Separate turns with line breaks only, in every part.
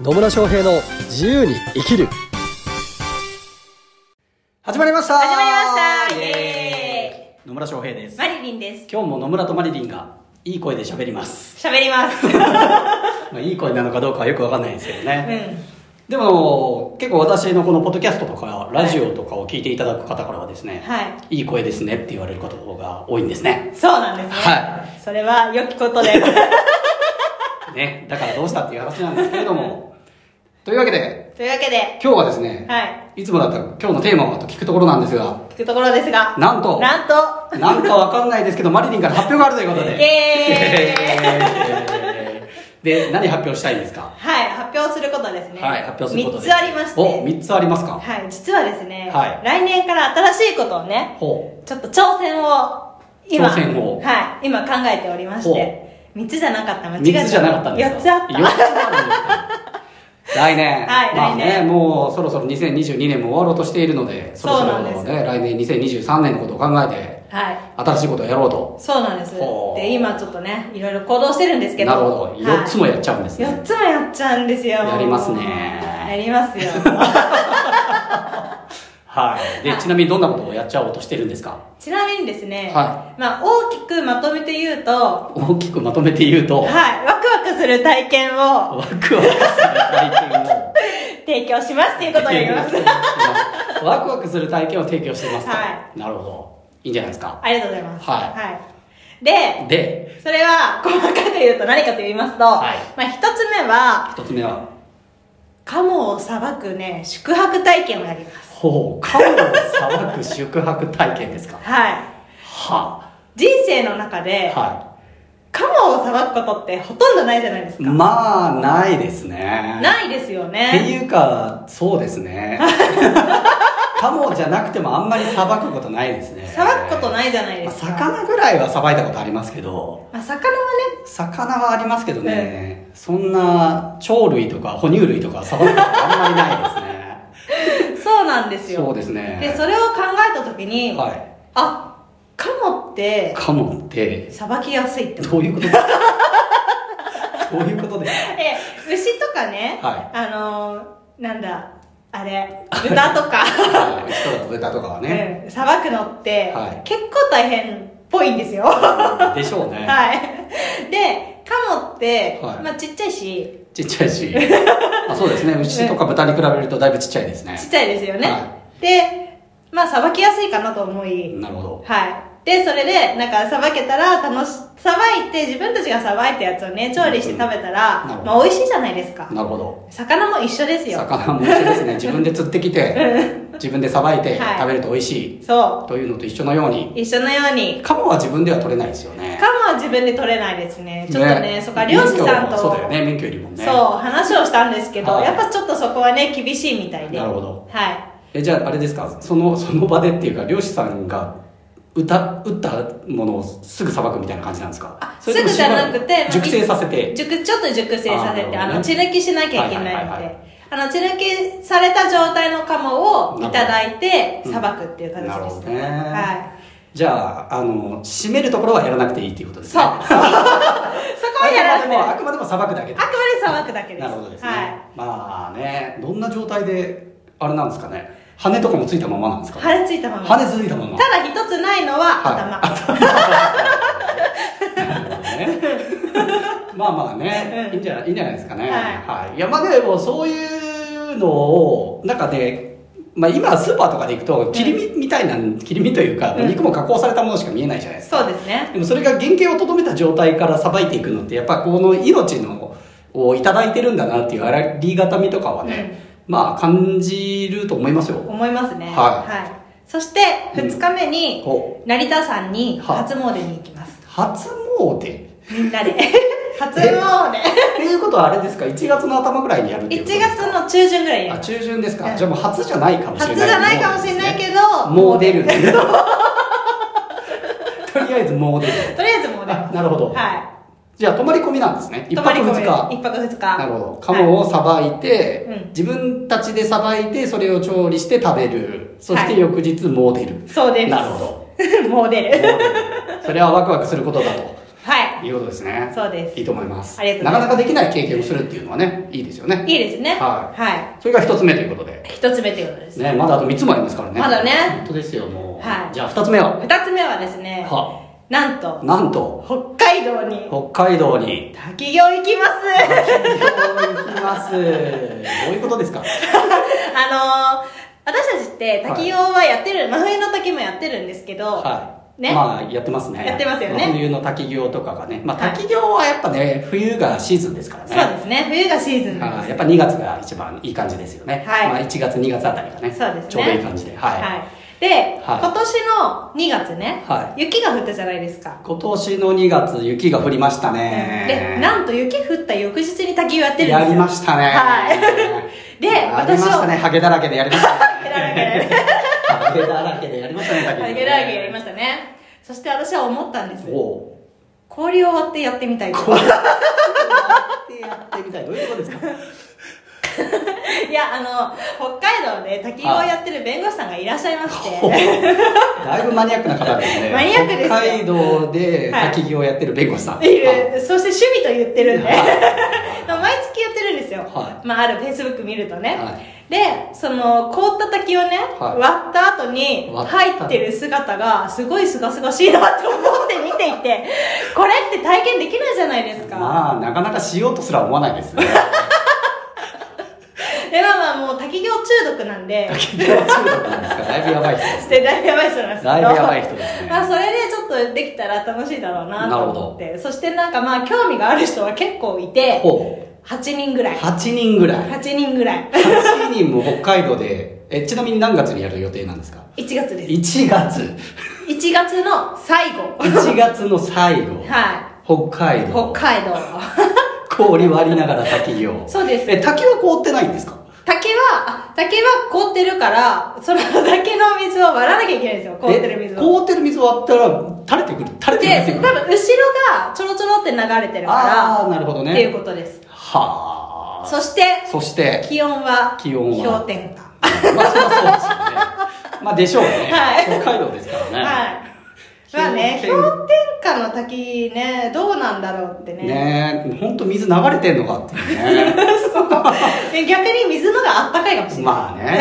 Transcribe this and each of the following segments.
野村翔平の自由に生きる始まりました
始まりましたイエ
野村翔平です
マリリンです。
今日も野村とマリリンがいい声で喋り ます
喋 ります。
まあいい声なのかどうかはよくわかんないんですけど
う
ね、
ん。
でも結構私のこのポッドキャストとかラジオとかを聞いていただく方からはですね、、
はい
い声ですねって言われる方が多いんです ね
そうなんですね。。
はい
それは良きこ とで。
ねだからどうしたっていう話なんですけれどもというわけで
というわけで、
今日はですね、、
はい
つもだったら今日のテーマはと聞くところなんですが
聞くところですが、
なんと
なんと、
なんかわかんないですけど、マリリンから発表があるということで。
イエ
イエーイで、何発表したいですか
はい、発表することですね。
はい、発表することで。
3つありまして。
お、3つありますか。
はい、実はですね、
はい
来年から新しいことをね、
ほ
ちょっと挑戦を、
挑戦を
はい、今考えておりまして、3つじゃなかった、
う。
間違えた。
3つじゃなかったんですか
4つあっ
4つ
た。
あるんですか。来年。
はい
まあ
来
ね、
年
もうそろそろ2022年も終わろうとしているので、そろそ
そうなん
ろ
です
ね、来年2023年のことを考えて、
はい。
新しいことをやろうと。
そうなんです。
ほう
で、今ちょっとね、いろいろ行動してるんですけど。
なるほど。4つ
も。
もやっちゃうんですね。
4つもやっちゃうんですよ。
やりますね
やりますよ。
はい。で、ちなみにどんなことをやっちゃおうとしてるんですか
ちなみにですね、
は
まあ、大きくまとめて言うと、は
大きくまとめて言うと、
い、ワクワクする体験を
ワクワクする体験を。
提供しますということになり ます。
ワクワクする体験を提供してますと。
は
なるほど。いいんじゃないですか。
ありがとうございます。
はい
いで、
で、
それは細かく言うと何かと言いますと、
はい
まあ、一つ目は、
一つ目は、
カモをさばくね、宿泊体験をやります。
ほう、カモをさばく宿泊体験ですか。
はい。
は
人生の中
あ、
で、
は
カモをさばくことってほとんどないじゃないです
い。
か。
まあ、ないですね。
ないですよ
って
ね。
いうか、そうですね。カモじゃなくてもあんまりさばくことないですね。
さばくこと
い
ないじゃないですか。
魚ぐらいはさばいたことありますけど、
まあ、魚はね、
魚はありますけどね、そんな鳥類とか哺乳類とか触ることあんまりないで
そうなんです
すね
よ。
そうですね
で、それを考えたときに、
は
あ、カモっ
い
て、
カモって
さばきやすいって思う。
どういうこと ですかどういうことですか
え、牛とかね、
は
あのー、なんだ、あれ、豚とか、
はい人だと豚とかは ね、
うんさばくのって、
はい
結構大変っぽいんですよ。は
でしょうね、
い。で、カモって、
はい
まあちっちゃいし、
ちっちゃいしあそうですね牛とか豚に比べるとだいぶちっちゃいですね
ちっちゃいですよね。
は
で、まあさばきやすいかなと思い、
なるほど
はい。で、それで、なんか、さばけたら、楽し、さばいて、自分たちがさばいたやつをね、調理して食べたら、
うんなるほど
まあ、美味しいじゃないですか。
なるほど
魚も一緒ですよ。
魚も一緒ですね自分で釣ってきて自分でさばいて
はい
食べると美味しい、
そ
というのと一緒のよう
う
に。
一緒のように。
カモは自分では取れないですよね
カモは自分で取れないですね。ちょっとね、そっか、漁
免
師さん
許
と、
もそうだよね免許よりもね
そう話をしたんですけど、
はい
やっぱちょっとそこはね、厳しいみたいで。
なるほど。
はい。
えじゃああれですかその その場でっていうか漁師さんが歌打ったものをすぐさばくみたいな感じなんですか
あ
それとも
すぐじゃなくて
しばら熟成させて
熟、ちょっと熟成させて、
あ
あ
ーなるほどね
の、血抜きしなきゃいけない
はいはい
の
はいは
で。あの、血抜きされた状態のカモをいただいて、
うん
さばくっていう形
なる
で
ほ
す
どね
ね。はい。
じゃああの締めるところはやらなくていいっていうことです
そう。
ね
そこはやらなくて
あくまでもあくまでも さばくだけ
あくまでさばくだけです。
なるほどですね、
は
まあねどんな状態であれなんですかね羽とかもついたままなんですか
い。羽ついたまま。
羽ついたまま
ただ一つないのは頭。
ねまあまあね、
うん
いいんじゃないいいんじゃないですかね。
は
はい。いや、まあでもそういうのを、なんかね、まあ今スーパーとかで行くと、切り身みたいな、切り身というか、
うん
肉も加工されたものしか見えないじゃないですか。
そうですね。
でもそれが原型をとどめた状態からさばいていくのって、やっぱこの命の、をいただいてるんだなっていうありがたみとかはね、まあ感じると思いますよ。
思いますね。
はい
い。そして、二日目に、
こ
成田山に
はい
初詣に行きます。
う、初詣 って
みんなで。 初詣。
いうことはあれですか、1月の頭ぐらいにやるっていう
1
ことですか
月の中旬ぐらいにや
あ
ります。
中旬ですか、
うん
じゃあもう初じゃないかもしれな
初
い
じゃないかもしれないけど、
もう出ると りあえずもう出る
とりあえずもう出
あ
ます。
なるほど、
は
じゃあ泊まり込みなんですね
い。
一泊二
です。
日
一泊二
な
日。
るほど鴨をさばいて、
うん
自分たちでさばいてそれを調理して食べるそし
は
て
い
翌日もう出る、
そうです。
なるほどもう
ど。もう
出
出る。
るそれはワクワクすることだと
は
いうことですね。
そうです
いいと思います。
ありがとうございます
なかなかできない経験をするっていうのはね、いいですよね。
い。いいですね。
は
は
それが一つ目ということで。
い。一つ目ということです。
ね、まだあと3つもありますからね。
まだね
本当ですよ、もう。
はい
じゃあ2つ目は。
二つ目はですね、
は、
なんと、
なんと、
北海道に、
北海道に。
滝行行きます
行きます。どういうことですか
あのー、私たちって滝行はやってる、真冬の時もやってるんですけど、
はい。
ね
まあ、やってますね。
やってますよね
冬の滝行とかがね。まあ、
はい
滝行はやっぱね、冬がシーズンですからね。
そうですね、冬がシーズンなん
は
で
い
す
やっぱ2月が一番いい感じですよね。
はい
まあ、1月、2月あたりがね。
そうですね
ちょうどいい感じで。はい。
はい。で、
はい
今年の2月ね、
は
雪が降ったじゃないですか。
今年の2月、雪が降りましたね。
で、なんと雪降った翌日に滝行やってるんですよ。
やりましたね。
はい。 で
やりましたね。ハゲだらけでやりましたね。
ハゲだらけで
ハゲだらけでやりました ね、滝行ね
ハゲラーゲやりましたね。そして私は思ったんです。
おう
氷を割ってやってみたいと。
やってみたい。どういうことですか
いや、あの、北海道で滝行をやってる弁護士さんがいらっしゃいまして、
だいぶマニアックな方ですね。
マニアックですよ
北海道で
はい
滝行をやってる弁護士さん。
いる、そして趣味と言ってるんで、
は
毎月やってるんですよ。
は
まあ、ある Facebook 見るとね。
は
で、その、凍った滝をね、
はい
割った後に
割った
入ってる姿が、すごい清々しいなと思って見ていて、これって体験できないじゃないですか。
まあ、なかなかしようとすら思わないですね。
で、まあまあ、もう滝行中毒なん で、
滝行中毒なんですかだいぶやばい人です。
でだいぶやばい人なんですけど。
だいぶやばい人ですね
まあ、それでちょっとできたら楽しいだろうなと思って。そしてなんかまあ、興味がある人は結構いて、
ほう。
8人ぐらい。
8人ぐらい。
8人ぐらい。
8人も北海道で、え、ちなみに何月にやる予定なんですか
1月です。
?1 月。
1月の最後。
1月の最後。
は
北海
い。
道
北。海道。
氷割りながら滝行。
そうです。
え、滝は凍ってないんですか
竹は、あ竹は凍ってるから、その竹の水を割らなきゃいけないんですよ。凍ってる水
え
を。
凍ってる水割ったら、垂れてくる。垂れてくるってい
で、
うか。
多分後ろがちょろちょろって流れてる
あ
か
あー、なるほど
ら、
ね。
っていうことです。
はあ。
そして、
そして、
気温は、
気温は
氷点下。
まあ、そりゃそうですよね。まあ、でしょうね。
はい
北海道ですからね。
はい。まあね、
氷点
氷点下の滝ね、どうなんだろうってね。
ねえ、ほんと水流れてんのかっていうね。
で逆に水のがあったかいかもしれない。
まあね。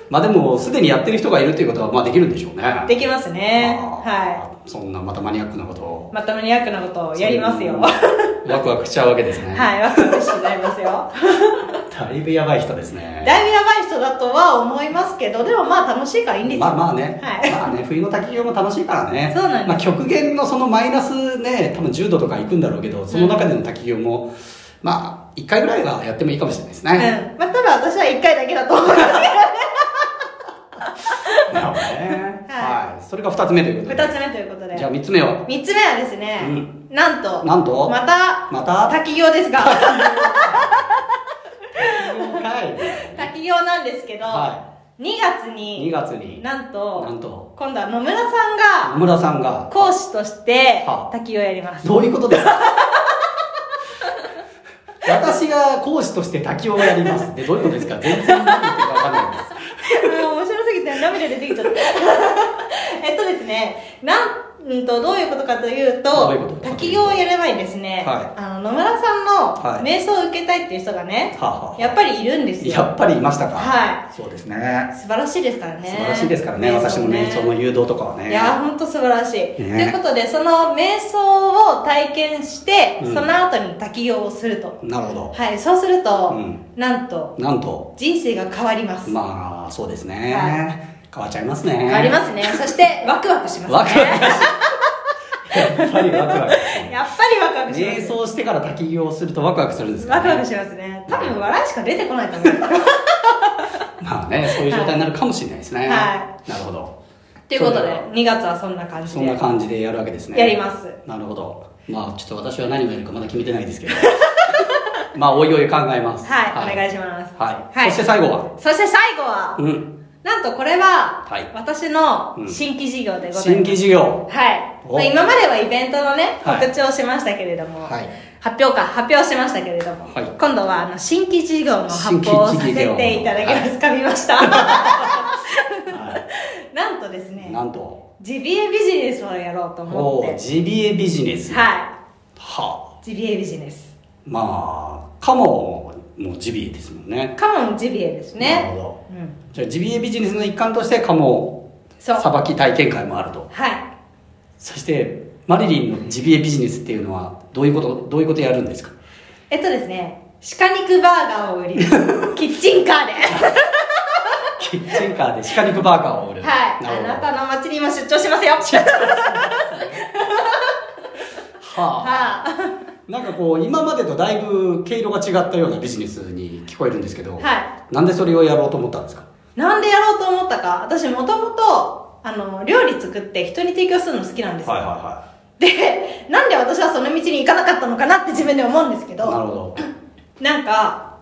まあでも、すでにやってる人がいるということは、まあできるんでしょうね。。
できますね。はい
そんなまたマニアックなこと
い。
を。
またマニアックなことをやりますよ。は
ワクワクしちゃうわけですね。い。
い、ワクワクしてなりますよ。
だいぶやばい人ですね。
だいぶやばい人だとは思いますけど、でもまあ楽しいからいいんですよ。
まあまあね、
はい
まあね、冬の滝行も楽しいからね。
そうなんです
まあ極限のそのマイナスね、多分10度とか行くんだろうけど、その中での滝行も、まあ、1回ぐらいはやってもいいかもしれないですね。
うん。まあただ私は一回だけだと思います
なるほどね。
は
はい。それが2つ目というこ
け
と
ど。
で。
二つ目ということで。
じゃあ3つ目は、
三つ目はですね、
うん
なんと、
なんと
また、
また
滝行ですが、
滝行会。
滝行なんですけど、
は
二月
2
に、
月に、
なん
なん
と、
と、
今度は野村さんが
野村さんが、
講師として
はあ
滝行をや ります。
どういうことですか私が講師として滝をやりますでどういうことですか全然何言ってるか分かんないです。
もう面白すぎて涙出てきちゃった。 えっとですね、なん、うんと、どういうことかという
どう
と、
いうことかというと
滝行をやる前にですね、
は
あの、野村さ
は
んの
い
瞑想を受けたいっていう人がね、
はあはあ
やっぱりいるんです
や
よ。
っぱりいましたか。。
はい
そうですね。
素晴らしいですからね。
素晴らしいですからね。私の瞑想の誘導とかはね。
いやー、ほんと素晴らしい。ということで、その瞑想を体験して、
うん
その後に滝行をすると。
なるほど。
はい、そうすると、
うん
なんと、
なんと、
人生が変わります。
まあ、そうですね。
は
変わっちゃいますね。
変わりま すね。そして、ワクワクしますね。
ワクワク やっぱりワクワク。
やっぱりワクワクします。
瞑想してから滝行をするとワクワクするんですか、ね、
ワクワクしますね。多分笑いしか出てこないと思います。
まあね、そういう状態になるかもしれないですね。
は
なるほど。
ということ
そう
で
だよ、
2月はそんな感じ
そ
で。
んな感じでやるわけですね。
やります。
なるほど。まあ、ちょっと私は何をやるかまだ決めてないですけど。 まあ、おいおい考えます。
はい、お願いします。
はい。
はい
そして最後は、
そして最後は、
うん。
なんとこれは
はい、
私の
うん
新規事業でござい
新
ます。
規事業。
はい。
お
まあ今まではイベントのね、
はい
告知をしましたけれども、
はい
発表か、発表しましたけれども、
はい
今度はあの新規事業の発表をさせていただきます。
新規事業
噛みました。
は
なんとですね
い。、なんと。
ジビエビジネスをやろうと思
お
って
ージビエビジネスは
は
あ
いジビエビジネス
まあカモもジビエですもんね
カモンジビエです
なる
ね
ほど
うん
じゃあジビエビジネスの一環としてカモ
そう
さばき体験会もあると
はい
そしてマリリンのジビエビジネスっていうのはどういうことどういうことやるんですか
えっとですね鹿肉バーガーを 売りキッチンカーで
キッチンカーで鹿肉バーガーを売る
はい
なる
あ
ほど
なたの街に今出張します よ
はあ
は
なんかこう今までとだいぶ毛色が違ったようなビジネスに聞こえるんですけど、
いはい
なんでそれをやろうと思ったんですか
なんでやろうと思ったか私もともとあの料理作って人に提供するの好きなんですよ、
は
でなんで私はその道に行かなかったのかなって自分で思うんですけど
なるほど
なんか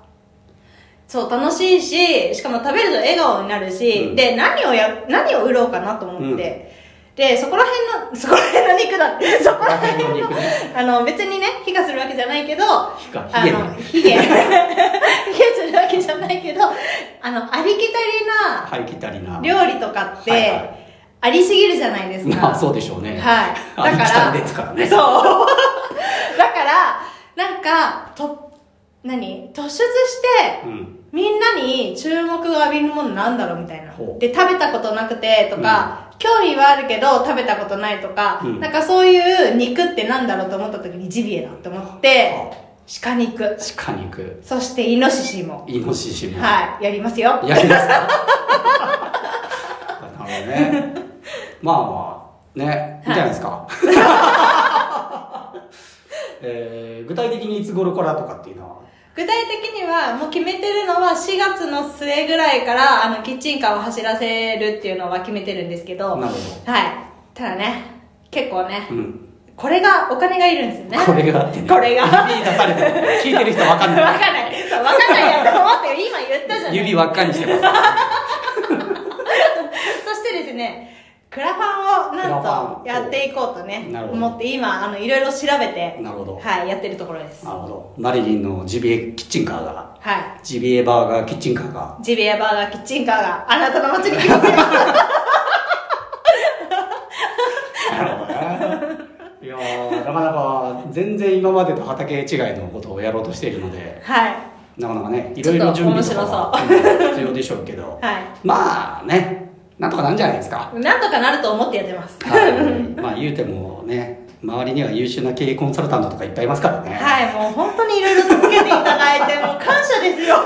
そう楽しいししかも食べると笑顔になるし、
うん
で何をや何を売ろうかなと思って、でそこら辺の そこら辺の肉だ そこら辺の
肉ね
あの別にね火がするわけじゃないけど
火か
あ
火が
の火 が火がするわけじゃないけどあのありきたりな
はいきたりな
料理とかって、
はいはい
ありすぎるじゃないですか。
まあそうでしょうね
はい。
あ
だ
り
か
きた
ら、
りですからね
そう。 だから、なんか、と、何突出して、
うん
みんなに注目を浴びるものなんだろうみたいな
ほ。う
で、食べたことなくてとか、興味はあるけど食べたことないとか、
うん
なんかそういう肉ってなんだろうと思った時にジビエだって思って、鹿肉、
鹿肉
そしてイノシシも、
イノシシも、
はい、やりますよ。
やりますかなるほどねまあまあねいいじゃないですか、えー具体的にいつ頃からとかっていうのは
具体的にはもう決めてるのは4月の末ぐらいからあのキッチンカーを走らせるっていうのは決めてるんですけど
なる
はいただね結構ね、
ほど、うん
これがお金がいるんですよね
これがあってね
これがわ
指出さ れてる聞いてる人わか
か
ん
ん
ない
ないそうわかんないやと思って今言ったじゃない
指輪っかにしてます
そしてですねクラファンを
クラフ
な
ァ
ん
ン
とやっていこうとね
なるほど
思って今あのいろいろ調べて
なるほど
はいやってるところです
な
は
るほどマリリンのジビエキッチンカーが
い
ジビエバーガーキッチンカーが
ジビエバーガーキッチンカーがあなたの街に 来ますよ
なるほどねいやーなかなか全然今までと畑違いのことをやろうとしているので
はい
なかなかねいろいろ準備とかはうん必要でしょうけど
はい
まあねなんとかなんじゃないですか
なんとかなると思ってやってます。
はいまあ言うてもね周りには優秀な経営コンサルタントとかいっぱいいますからね
はい、もう本当にいろいろ助けていただいて、もう感謝ですよ。
は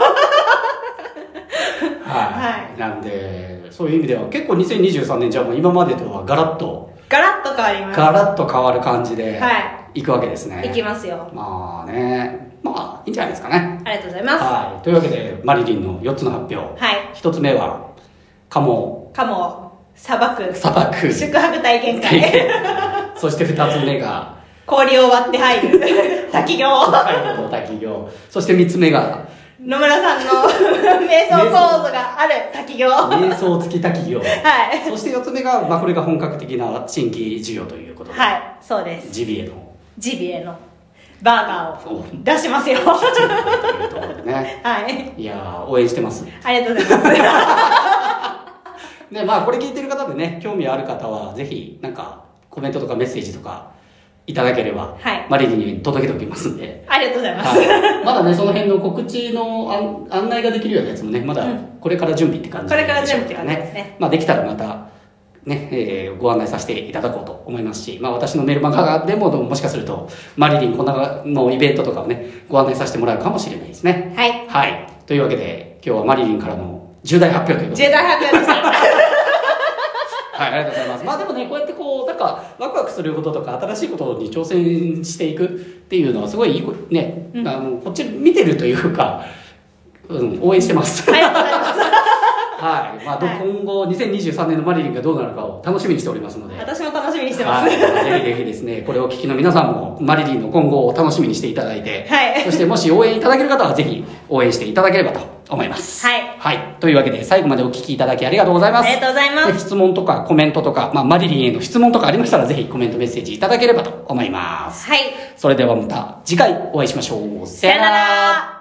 い、
は
なんでそういう意味では結構2023年じゃあもう今までとはガラッと
ガラッと変わります。
ガラッと変わる感じで
はい
くわけですね、
いきますよ。
まあねまあいいんじゃないですかね
ありがとうございま
はいというわけでマリリンの4つの発表
す。はい。
1つ目はカモ
カモ、砂漠、
砂漠
宿泊体験
体
会、
験 そして2つ目が
氷を割って入る、滝行、
北海道の滝行そして3つ目が
野村さんの 瞑想講座がある滝行。は
瞑想付き滝行
い。
そして4つ目が、まあ、これが本格的な新規事業ということで、
はい、そうです。
ジビエの
ジビエのバーガーを出しますよ。
というところでね
はい。
いやー応援してます
ありがとうございます。
でまあこれ聞いてる方でね興味ある方はぜひなんかコメントとかメッセージとかいただければ、
はい
マリリンに届けておきますんで、
ありがとうございます。
はい、まだねその辺の告知の案案内ができるようなやつもねまだ
うん
これから準備って感じ
これから準備
で
って
しょう
感じですね。
まあ、できたらまたね、えーご案内させていただこうと思いますし、まあ、私のメルマガでももしかするとマリリンこんなのイベントとかをねご案内させてもらうかもしれないですね
はい。
はいというわけで今日はマリリンからの重大発表ということで
重大発表でした。
はい、ありがとうございます。まあでもね、こうやってこう、なんか、ワクワクすることとか、新しいことに挑戦していくっていうのは、すごいいいこ、ね、
うん
あの、こっち見てるというか、うん、応援して ます。はい、まあど、
はい
今後、2023年のマリリンがどうなるかを楽しみにしておりますので。
私も楽しみにしてま
は
す。
いぜひぜひですね、これをお聞きの皆さんも、マリリンの今後を楽しみにしていただいて、
はい
そしてもし応援いただける方は、ぜひ応援していただければと思います。
はい
はい。というわけで、最後までお聞きいただきありがとうございます
あり。がとうございます。
で質問とかコメントとか、まあ、マリリンへの質問とかありましたら、ぜひコメントメッセージいただければと思います。
はい。
それではまた次回お会いしましょう。
さよなら。